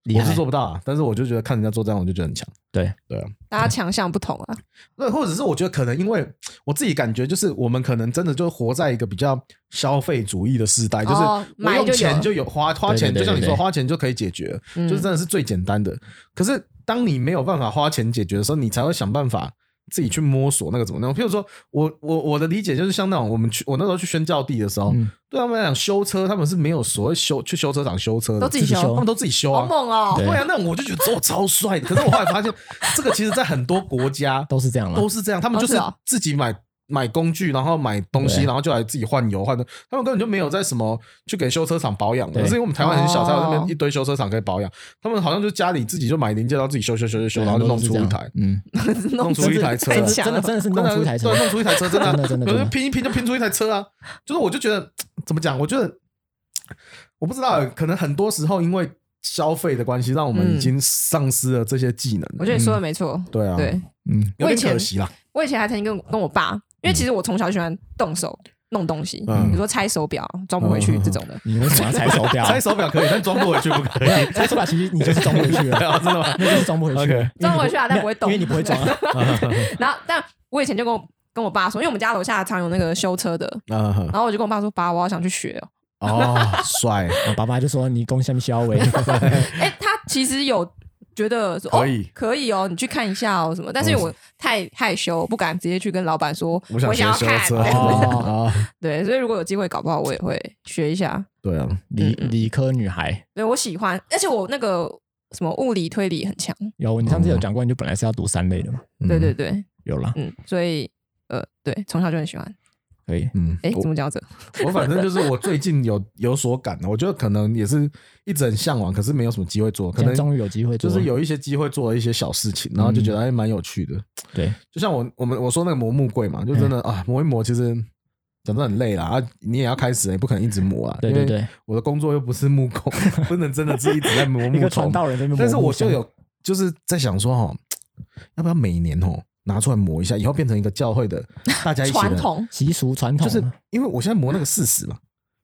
S3: 厉
S1: 我
S3: 害
S1: 是做不到啊，但是我就觉得看人家做这样，我就觉得很强。
S3: 对，
S1: 对啊，
S2: 大家强项不同啊，
S1: 对，或者是我觉得可能因为我自己感觉，就是我们可能真的就活在一个比较消费主义的时代，就是
S2: 哦
S1: 我
S2: 买
S1: 用
S2: 就
S1: 钱
S2: 有
S1: 就有花花钱，就
S3: 对对对
S1: 像你
S3: 对
S1: 说
S3: 对
S1: 花钱就可以解决，
S2: 嗯
S1: 就是真的是最简单的。可是当你没有办法花钱解决的时候，你才会想办法。自己去摸索那个怎么弄，譬如说，我我我的理解就是像那种我们去我那时候去宣教地的时候，
S3: 嗯
S1: 对他们来讲修车，他们是没有所谓修去修车厂修车的，
S2: 都自己修
S1: 他们都自己修啊，
S2: 好猛哦！
S1: 对啊，那我就觉得我超帅的。可是我后来发现，这个其实在很多国家
S3: 都是这样了
S1: 都。是这样，他们
S2: 哦
S1: 就是
S2: 是哦
S1: 自己买。买工具，然后买东西，
S3: 对
S1: 然后就来自己换油换的。他们根本就没有在什么去给修车厂保养的，
S3: 对
S1: 可是因为我们台湾很小，
S2: 哦
S1: 才有那边一堆修车厂可以保养。他们好像就家里自己就买零件，然后自己修修修修修，
S3: 对啊
S1: 然后就弄
S3: 都是
S1: 出
S3: 这
S1: 一
S3: 样
S1: 台，
S3: 嗯，
S1: 弄出一台车，啊
S2: 太
S3: 真的
S2: 强
S3: 真的
S2: 了
S3: 真的是
S1: 真
S3: 弄
S1: 的
S3: 出一台车，
S1: 对，弄出一台车，真的啊，
S3: 真的真的真的
S1: 有人拼一拼就拼出一台车啊！就是我就觉得怎么讲，我觉得我不知道，可能很多时候因为消费的关系，让我们
S3: 嗯
S1: 已经丧失了这些技能。
S2: 我觉得你说的没错，
S1: 对啊，
S2: 对
S3: 嗯，
S1: 有
S2: 我以
S1: 点
S2: 前
S1: 可惜啦。
S2: 我以前还曾经跟跟我爸，因为其实我从小喜欢动手弄东西，
S1: 嗯
S2: 比如说拆手表装不回去这种的。
S3: 你为什么要拆手表？
S1: 拆手表可以，但装不回去不可 以。
S3: 拆手表其实你就是装不回去
S1: 对
S3: 了，
S1: 啊，真的吗？
S3: 那就是装不回去
S1: OK
S3: 了，
S2: 装不回去啊但不会动
S3: 嗯因为你不会装啊。
S2: 然后，但我以前就跟我跟我爸说，因为我们家楼下常有那个修车的，
S1: 嗯，
S2: 然后我就跟我爸说：“爸，我好想去学哦。
S1: 哦，帅，
S3: 我爸爸就说你攻下面
S2: 嗯
S3: 消委，
S2: 哎，他其实有觉得说
S1: 可以
S2: 哦、可以哦，你去看一下哦什么。但是因为我太害羞，不敢直接去跟老板说
S1: 我想学
S2: 要
S1: 修
S2: 看。
S1: 车
S3: 哦
S1: 啊。
S2: 对，所以如果有机会，搞不好我也会学一下。
S1: 对啊，
S3: 理理科女孩。
S2: 对我喜欢，而且我那个什么物理推理很强。
S3: 有，你上
S1: 哦
S3: 次有讲过，你就本来是要读三类的嘛？
S1: 嗯
S2: 对对，对，
S3: 有啦，
S2: 嗯，所以呃，对，从小就很喜欢。
S3: 可以。
S1: 嗯，
S2: 哎，
S1: 我
S2: 怎么讲到这？
S1: 我反正就是我最近有有所感啊的，我觉得可能也是一直很向往，可是没有什么机会做，可
S3: 现在
S1: 能
S3: 终于有机会
S1: 就
S3: 做，
S1: 是有一些机会做了一些小事情，然后就觉得还哎蛮有趣的。
S3: 对，
S1: 嗯就像我我们我说那个磨木柜嘛，就真的啊磨一磨，其实讲真的很累啦，啊，你也要开始，也不可能一直磨啊。
S3: 对对，对，
S1: 我的工作又不是木工， 不能真的是一直在磨
S3: 一
S1: 木
S3: 个传
S1: 头。
S3: 道人在那边，
S1: 但是我就有就是在想说哈，要不要每年哦拿出来磨一下，以后变成一个教会的大家一起
S2: 传
S1: 的，
S2: 统
S3: 习俗传统，
S1: 就是因为我现在磨那个四十嘛，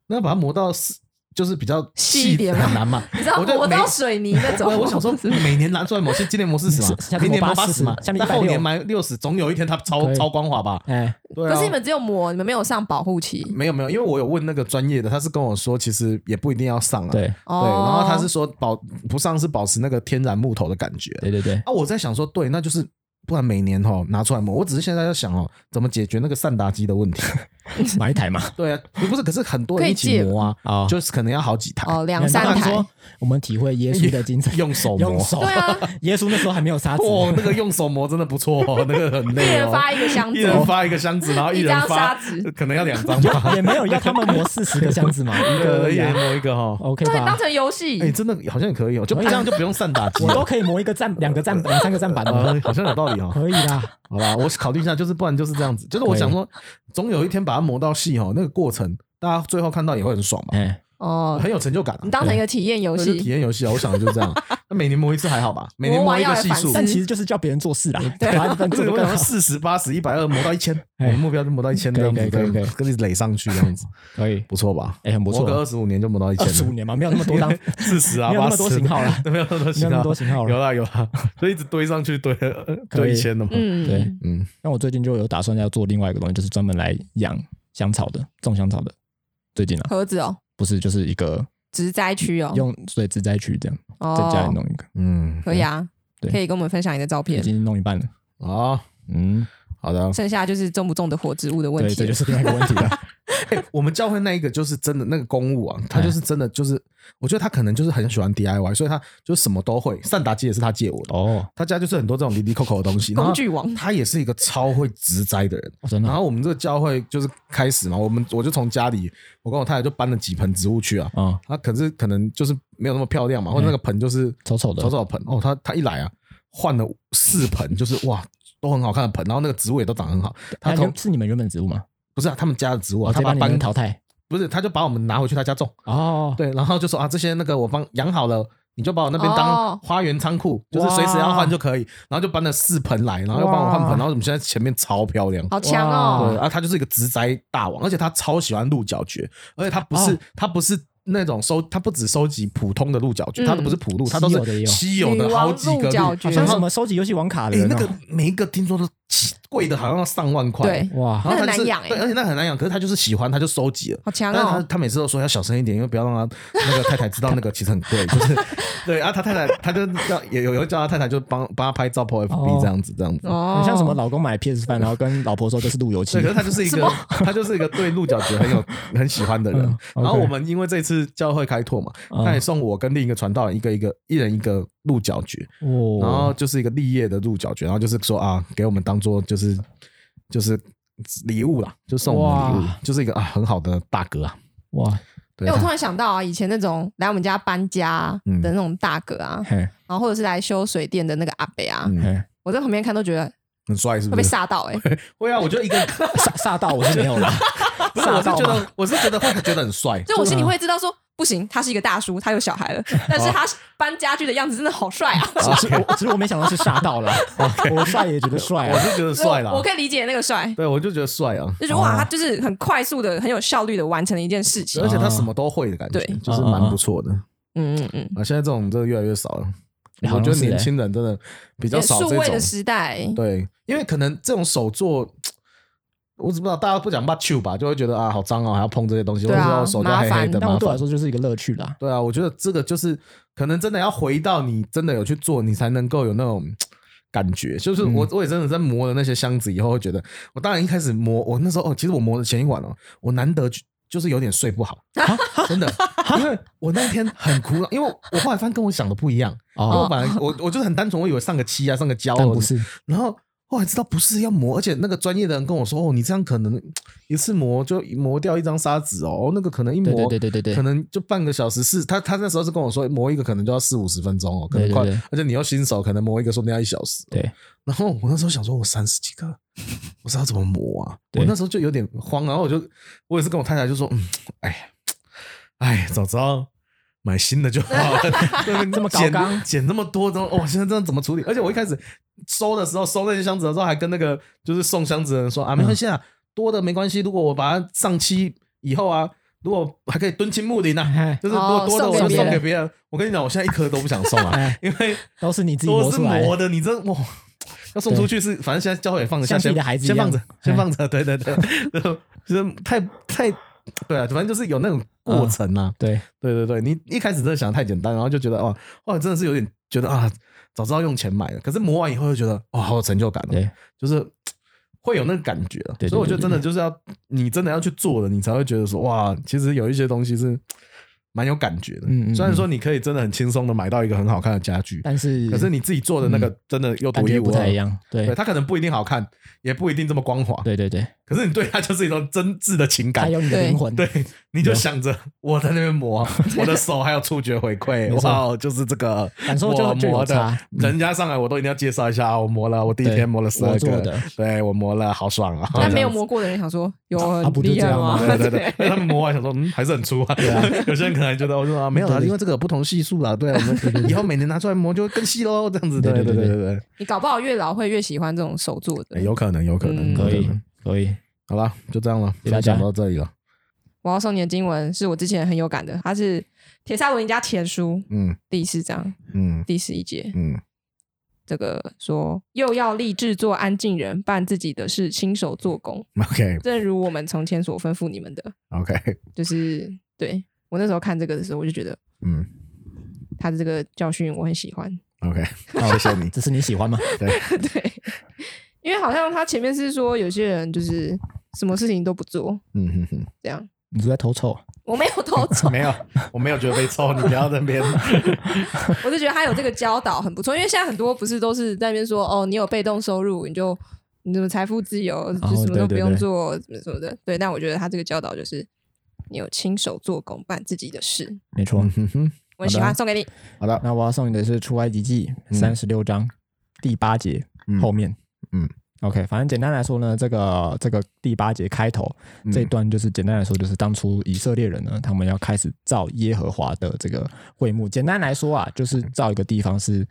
S1: 那把它磨到四就是比较
S2: 细一点吗
S1: 很难嘛。
S2: 你知道
S1: 我就
S2: 磨
S1: 每啊
S2: 到水泥那种，
S1: 我我想说，每年拿出来某些今年磨四十嘛
S3: 下，
S1: 明
S3: 面
S1: 年
S3: 磨
S1: 磨
S3: 80
S1: 十嘛，
S3: 下面
S1: 那
S3: 160
S1: 后年磨六十，总有一天它
S3: 可
S1: 超
S3: 以
S1: 超光滑 吧？
S3: 哎，
S1: 对啊。
S2: 可是你们只有磨，你们没有上保护期
S1: 没有没有，因为我有问那个专业的，他是跟我说，其实也不一定要上啊。
S3: 对
S1: 对，
S2: 哦。
S1: 然后他是说保不上是保持那个天然木头的感觉。
S3: 对 对对，
S1: 啊，我在想说，对，那就是不然每年哦拿出来磨。我只是现在在想哦，怎么解决那个散打机的问题？
S3: 买一台嘛，
S1: 对啊，不是，可是很多
S2: 可
S1: 人
S2: 以
S1: 一起
S2: 借
S1: 磨啊，
S3: 啊
S1: 就是可能要好几台，
S2: 哦，两
S3: 很多
S2: 三
S3: 人
S2: 台
S3: 说，我们体会耶稣的精彩，
S1: 用 手
S3: 用
S1: 磨。
S3: 手，
S2: 对啊，
S3: 耶稣那时候还没有沙子，
S1: 哦，那个用手磨真的不错哦，那个很
S2: 一
S1: 累
S2: 人
S1: 哦。
S2: 发一个箱
S1: 一
S2: 子，
S1: 人发一个箱子，然后人
S2: 一张
S1: 发
S2: 砂纸，
S1: 可能要两张 吧，
S3: 也没有要他们磨四十个 箱子嘛，一个
S1: 可
S3: 而
S1: 以
S3: 已啊
S1: 磨一个哈。
S3: ，OK
S2: 对，当
S3: 吧？
S2: 成游戏
S1: 哎，。真的好像也可以哦，就
S3: 可以
S1: 这
S3: 啊
S1: 样就不用散打机
S3: 我都
S1: 了，
S3: 可以磨一个站，两个站，两三个站板的，
S1: 呃好像有道理 哦。
S3: 可以啦。
S1: 好吧，我考虑一下，就是不然就是这样子，就是我想说，总有一天把它磨到细哦，那个过程大家最后看到也会很爽吧，
S3: 哎，
S2: 哦，
S1: 很有成就感啊
S2: 你。当成一个体验游
S1: 对就体
S2: 戏，
S1: 验游戏啊，我想的就是这 样。那每年磨一次还好吧，每年
S2: 磨
S1: 磨
S2: 完
S1: 一
S2: 要
S1: 个
S2: 来
S1: 系
S2: 反
S1: 数
S2: 思，
S3: 但其实就是叫别人做事啦，
S2: 对
S3: 把它
S1: 不是
S3: 做的
S1: 我
S3: 更
S1: 想说
S3: 好，
S1: 四十八十一百二磨到一千，我
S3: 啊哎
S1: 们目标就磨到一千这样
S3: 可
S1: 子，
S3: 以可以可以
S1: 跟你垒上去这样子，
S3: 可以，
S1: 不错吧？
S3: 哎，很不
S1: 磨个
S3: 错
S1: 二，十五年就磨到一千
S3: 二十五
S1: 了，
S3: 年嘛，没有那么 多张，
S1: 四十啊，
S3: 没有
S1: 八
S3: 那
S1: 十
S3: 么多型号啦
S1: 没有那么多
S3: 没有
S1: 型
S3: 那么
S1: 号
S3: 多，型号
S1: 有
S3: 了。
S1: 啦有啦， 所以一直堆上去堆了
S3: 可
S1: 堆
S3: 以
S1: 一千了嘛。
S3: 对
S2: 嗯，
S1: 嗯，
S3: 那我最近就有打算要做另外一个东西，就是专门来养香草的，种香草的。最近啊，
S2: 盒子哦，
S3: 不是就是一个
S2: 植栽区哦，
S3: 用水植栽区这样，在家里
S2: 哦，
S3: 弄一个，
S1: 嗯，
S2: 可以啊，
S3: 对
S2: 可以跟我们分享你的照
S3: 已
S2: 片，
S3: 经弄一半了。
S1: 好，
S3: 嗯，
S1: 好的。
S2: 剩下就是种不种的活植物的问
S3: 对，
S2: 题
S3: 这
S2: 了
S3: 就。是另外一个问题了。
S1: 欸我们教会那一个就是真的那个公务啊，他就是真的就是，我觉得他可能就是很喜欢 DIY，所以他就什么都会。散打机也是他借我的，
S3: 哦，
S1: 他家就是很多这种离离扣扣的东西。然后
S2: 工具王
S1: 他也是一个超会植栽的人。
S3: 真的
S1: 然
S3: 啊
S1: 后我们这个教会就是开始嘛，我们我就从家里，我跟我太太就搬了几盆植物去啊。
S3: 嗯
S1: 他可是可能就是没有那么漂亮嘛，或者那个盆就是
S3: 丑丑的
S1: 丑丑的盆哦。他他一来啊，换了四盆，就是哇都很好看的盆，然后那个植物也都长得很好。他
S3: 那
S1: 从
S3: 原是你们原本植物吗？
S1: 不是啊，他们家的植物啊，
S3: 我
S1: 他
S3: 直接
S1: 把它
S3: 把哦你
S1: 搬
S3: 们淘汰。
S1: 不是，他就把我们拿回去他家种，
S3: 哦，
S1: 对，然后就说啊，这些那个我帮养好了，你就把我那边当
S2: 哦
S1: 花园仓库，就是随时要换就可以。然后就搬了四盆来，然后又帮我换盆，然后我们现在前面超漂亮。
S2: 好强哦
S1: 对！啊，他就是一个植栽大王，而且他超喜欢鹿角蕨，而且他不是、
S3: 哦
S1: 他不是那种收，他不只收集普通的鹿角蕨，
S2: 嗯
S1: 他都不是普鹿，他都
S3: 稀有的也
S1: 是
S3: 有
S1: 稀有的
S2: 女
S1: 好
S2: 王
S1: 几个
S2: 鹿角蕨
S3: 好
S1: 鹿
S3: 像
S1: 然后
S3: 什么收集游戏王卡的
S1: 诶
S3: 人
S1: 那
S3: 哦
S1: 个每一个听说都奇贵的，好像要上万块。
S2: 啊对，
S1: 然
S3: 哇，
S1: 后
S2: 那
S1: 他就
S2: 很
S1: 是
S2: 难养欸
S1: 对，而且那很难养，可是他就是喜欢，他就收集了。
S2: 好强
S1: 但是他
S2: 哦！
S1: 他每次都说要小声一点，因为不要让他那个太太知道那个其实很贵， 就是对啊，他太太他就叫也有有叫他太太就帮帮他拍照 po
S3: 哦
S1: FB 这样子这样子。
S2: 哦
S3: 很像什么老公买 PS 饭，然后跟老婆说这是路由器
S1: 对，可。是他就是一
S2: 什
S1: 个
S2: 么
S1: 他就是一个对鹿角蕨很 有很喜欢的人
S3: 嗯。
S1: 然后
S3: OK
S1: 我们因为这次教会开拓嘛，
S3: 嗯
S1: 他也送我跟另一个传道人一个一个一人一个鹿角蕨，然后
S3: 哦，
S1: 就是一个立叶的鹿角蕨，然后就是说啊，给我们当做就是就是礼物啦，就送我们礼物
S3: 哇，
S1: 就是一个啊很好的大哥啊。
S3: 哇，
S1: 对
S2: 哎、我
S1: 啊
S2: 突然想到啊，以前那种来我们家搬家啊
S1: 嗯
S2: 的那种大哥啊，
S3: 嘿，
S2: 然后或者是来修水电的那个阿伯啊，
S1: 嗯
S3: 嘿，
S2: 我在旁边看都觉得
S1: 很帅是
S2: 会被
S1: 不是？
S2: 吓到哎、
S1: 会啊，我就一个
S3: 煞煞到我是没有啦，
S1: 不是，我是
S3: 吓到
S1: 觉
S3: 吗
S1: 得，我是觉得会 觉得很帅。
S2: 就我心里会知道说，不行，他是一个大叔，他有小 孩了，但是他搬家具的样子真的好帅啊！
S3: 只是我只是我没想到是煞到了， 我帅也觉得帅
S1: 我
S3: 啊，
S1: 是觉得
S2: 所以我
S1: 帅啦
S2: 我，可以理解那个帅，
S1: 哎对，我就觉得帅啊，
S2: 就是哇，他就是很快速的、很有效率的完成了一件事情
S1: 而。且他什么都会的感觉，
S2: 对
S1: 就是蛮不错的
S2: 嗯嗯嗯，
S1: 啊。现在这种真的越来越少了，
S3: 好
S1: 我
S3: 像
S1: 觉得
S3: 是欸
S1: 年轻人真的比较少
S2: 数
S1: 这
S2: 位
S1: 种
S2: 的，时代，
S1: 对，因为可能这种手作。我只不知道大家不讲 b u t you 吧，就会觉得啊好脏哦，还要碰这些东西，或者
S2: 对啊
S1: 说手都黑黑的，
S2: 麻
S3: 但
S1: 麻
S3: 我对我
S1: 烦。
S3: 来说就是一个乐趣啦。
S1: 对啊，我觉得这个就是可能真的要回到你真的有去做，你才能够有那种嘖感觉。就是
S3: 嗯
S1: 我、我也真的在磨了那些箱子以后，会觉得我当然一开始磨，我那时候哦，其实我磨的前一晚哦，我难得去就是有点睡不好，真的，因为我那天很苦恼，因为我后来发现跟我想的不一样，因为我
S3: 哦，
S1: 本来我我就是很单纯，我以为上个漆啊，上个胶，
S3: 但不是，
S1: 然后后来知道不是要磨，而且那个专业的人跟我说，哦，你这样可能一次磨就磨掉一张砂纸哦，哦那个可能一磨，
S3: 对对对对对对
S1: 可能就半个小时是，他他那时候是跟我说，磨一个可能就要四五十分钟哦，可能快，
S3: 对对对
S1: 而且你要新手，可能磨一个说不定要一小时、哦
S3: 对，
S1: 然后我那时候想说，我三十几个，我知道怎么磨啊。
S3: 对
S1: 我那时候就有点慌，然后我就我也是跟我太太就说，嗯，哎呀，哎，早知道买新的就好 了，
S3: 这么高
S1: 剪
S3: 纲
S1: 剪那么多，然后哇，现在这样怎么处理？而且我一开始收的时候，收那些箱子的时候，还跟那个就是送箱子的人说
S3: 嗯
S1: 啊，没关系啊，多的没关系，如果我把它上漆以后啊，如果还可以蹲亲睦邻 啊。
S3: 哎
S1: 就是多
S2: 哦
S1: 多的我
S2: 送
S1: 就
S2: 给
S1: 送
S2: 别
S1: 给
S2: 人
S1: 别人。我跟你讲，我现在一颗都不想送 啊，
S3: 哎，
S1: 因为
S3: 都是你自己
S1: 都
S3: 磨
S1: 是
S3: 出来
S1: 磨
S3: 的。
S1: 的，你这哇，要送出去是，反正现在教会也放得下，
S3: 像自己
S1: 先
S3: 的孩子一
S1: 先
S3: 样
S1: 放着，先放着，对对对， 然后就是太太对啊，反正就是有那种过程啊，
S3: 对，
S1: 对对对，你一开始真的想的太简单，然后就觉得哦，哇，真的是有点觉得啊，早知道用钱买了，可是磨完以后又觉得哦，好有成就感哦
S3: 对，
S1: 就是。会有那个感觉啊，
S3: 对对
S1: 所以我觉得
S3: 对
S1: 真的
S3: 对
S1: 就是要你真的要去做了，你才会觉得说哇，其实有一些东西是蛮有感觉的。
S3: 嗯嗯嗯
S1: 虽然说你可以真的很轻松的买到一个很好看的家具，
S3: 但是
S1: 可是你自己做的那个
S3: 嗯
S1: 真的又
S3: 感
S1: 独一
S3: 觉
S1: 无
S3: 不太
S1: 二
S3: 一。样。对
S1: 对，它可能不一定好看，也不一定这么光滑，
S3: 对对对，
S1: 可是你对它就是一种真挚的情
S3: 还
S1: 感。
S3: 有你的
S2: 对
S3: 灵魂。
S1: 对，你
S3: 啊
S1: 就想着我在那边 磨，我的手还有触觉回馈，
S3: 没错
S1: 哇哦，就是这个
S3: 感受就
S1: 我
S3: 就有
S1: 磨的
S3: 差，嗯
S1: 人家上来我都一定要介绍一下，啊我磨了，我第一
S3: 对
S1: 天磨了十二
S3: 我做
S1: 个
S3: 的，
S1: 对我磨了，好爽 啊！
S2: 但没
S1: 这样
S2: 有
S1: 子
S2: 磨过的人想说，有
S3: 啊
S2: 很
S3: 不就
S2: 厉
S3: 这
S2: 害
S3: 样
S2: 吗
S3: 吗？
S1: 对对对，因为他们磨完想说，嗯，还是很粗啊。有些人可能觉得，我说 啊，没有啊，
S3: 对
S1: 因为这个有不同系数啦，对啊，我 们以后每年拿出来磨就会更细喽，这样子。对
S3: 对
S1: 对
S3: 对
S1: 对
S3: 对
S1: 对对，
S2: 你搞不好越老会越喜欢这种手做的
S1: 哎。有可能，有可能，
S2: 嗯
S1: 有
S3: 可以
S1: 能
S3: 可以，
S1: 好了，就这样了，
S3: 谢谢大
S1: 分
S3: 家
S1: 享到这里了。
S2: 我要送你的经文是我之前很有感的，它是《铁砂罗尼迦前书》
S1: 嗯
S2: 第四章
S1: 嗯
S2: 第十一节，
S1: 嗯，
S2: 这个说又要立志做安静人，办自己的事，亲手做工，
S1: OK
S2: 正如我们从前所吩咐你们的。
S1: OK，
S2: 就是对我那时候看这个的时候，我就觉得
S1: 嗯
S2: 他的这个教训我很喜欢。
S1: OK，谢谢你。
S3: 这是你喜欢吗？
S1: 对，
S2: 对，因为好像他前面是说有些人就是什么事情都不做，
S1: 嗯哼
S2: 这样
S3: 你是在偷臭啊？
S2: 我没有偷走
S1: 哼，，没有，我没有觉得被抽，你不要在那边。
S2: 我就觉得他有这个教导很不错，因为现在很多不是都是在那边说哦，你有被动收入，你就你怎么财富自由，就什么都不用做，什么什么的。对，但我觉得他这个教导就是你有亲手做工，办自己的事，
S3: 没错。
S1: 哼哼，
S2: 我很喜欢，送给你。
S1: 好的，
S3: 那我要送你的是《出埃及记》
S1: 嗯
S3: 三十六章第八节
S1: 嗯
S3: 后面。
S1: 嗯
S3: ，OK，反正简单来说呢，这个这个第八节开头这一段就是简单来说，就是当初以色列人呢，他们要开始造耶和华的这个会幕。简单来说啊，就是造一个地方是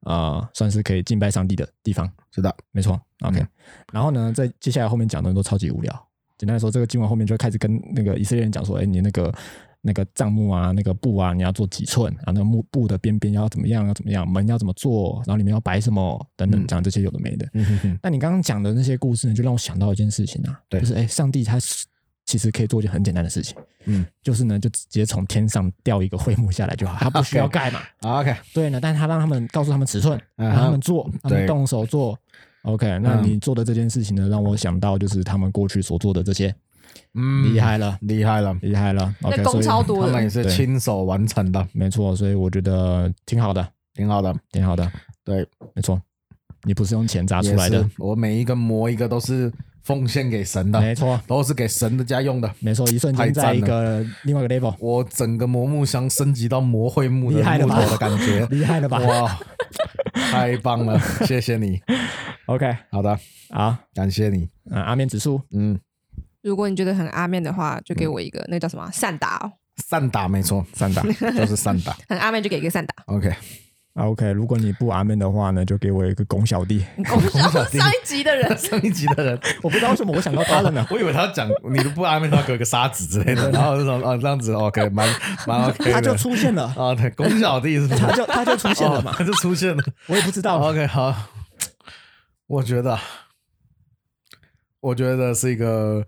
S3: 呃，算是可以敬拜上帝的地方。
S1: 是的，
S3: 没错，OK、
S1: 嗯
S3: 然后呢，在接下来后面讲的都超级无聊。简单来说，这个经文后面就开始跟那个以色列人讲说：“哎，你那个那个帐幕啊，那个布啊，你要做几寸啊？那个幕布的边边要怎么样？要怎么样？门要怎么做？然后里面要摆什么？等等，
S1: 嗯
S3: 讲这些有的没的。
S1: 嗯哼哼，
S3: 那你刚刚讲的那些故事呢，就让我想到一件事情啊，
S1: 对
S3: 就是哎，上帝他是其实可以做一件很简单的事情，
S1: 嗯
S3: 就是呢，就直接从天上掉一个会幕下来就好，他不需要
S1: OK
S3: 盖嘛。
S1: 好啊 OK，
S3: 对呢，但他让他们告诉他们尺寸，
S1: 嗯
S3: 让他们做，他
S1: 对
S3: 们动手做。OK，那
S1: 嗯
S3: 你做的这件事情呢，让我想到就是他们过去所做的这些，
S1: 嗯
S3: 厉，害了，
S1: 厉害了，
S3: 厉害了。OK，
S2: 嗯那工
S3: 所以
S2: 超多
S1: 他们也
S2: 的，
S1: 是
S3: 对
S1: 亲手完成的，
S3: 没错，所以我觉得挺好的，
S1: 挺好的。
S3: 挺好的，
S1: 对，
S3: 没错。你不是用钱砸
S1: 也
S3: 出来的
S1: 是，，我每一个磨一个都是奉献给神的，
S3: 没错，
S1: 都是给神的家用的。
S3: 没错，一瞬间
S1: 太赞
S3: 在
S1: 了
S3: 一个另外一 个 level，
S1: 我整个磨木箱升级到磨会木的
S3: 厉害了
S1: 木
S3: 吧
S1: 头的感觉，
S3: 厉害了吧
S1: 哇，太棒了，谢谢你。
S3: ？OK，
S1: 好的，
S3: 好，
S1: 感谢你。
S3: 嗯，阿面指数，
S1: 嗯，
S2: 如果你觉得很阿面的话，就给我一个那个叫什么啊散打哦，
S1: 散打没错，散 打就是散打。
S2: 很阿面就给一个散打。
S1: OK，
S3: 啊 OK，如果你不阿面的话呢，就给我一个拱小弟。
S2: 我们上一集的人
S1: 上一集的人，。
S3: 我不知道为什么我想到他了呢
S1: 我以为他要讲你都不安慰他给我个沙子之类的，然后那种啊这样子 OK，蛮蛮 OK 的。
S3: 他就出现 了，
S1: 啊，对，龚小弟是不是
S3: 他就他就出现了
S1: 哦
S3: 嘛，哦
S1: 他就出现 了。
S3: 我也不知道嘛。
S1: OK，好，我觉得，啊我觉得是一个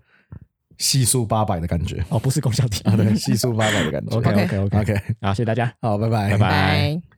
S1: 系数八百的感觉
S3: 哦，不是龚小弟。
S1: 啊，对，系数八百的感觉。
S3: 哦 OK OK OK
S1: OK，
S3: 好，谢谢大家。
S1: 好，拜拜，
S3: 拜拜
S2: 拜。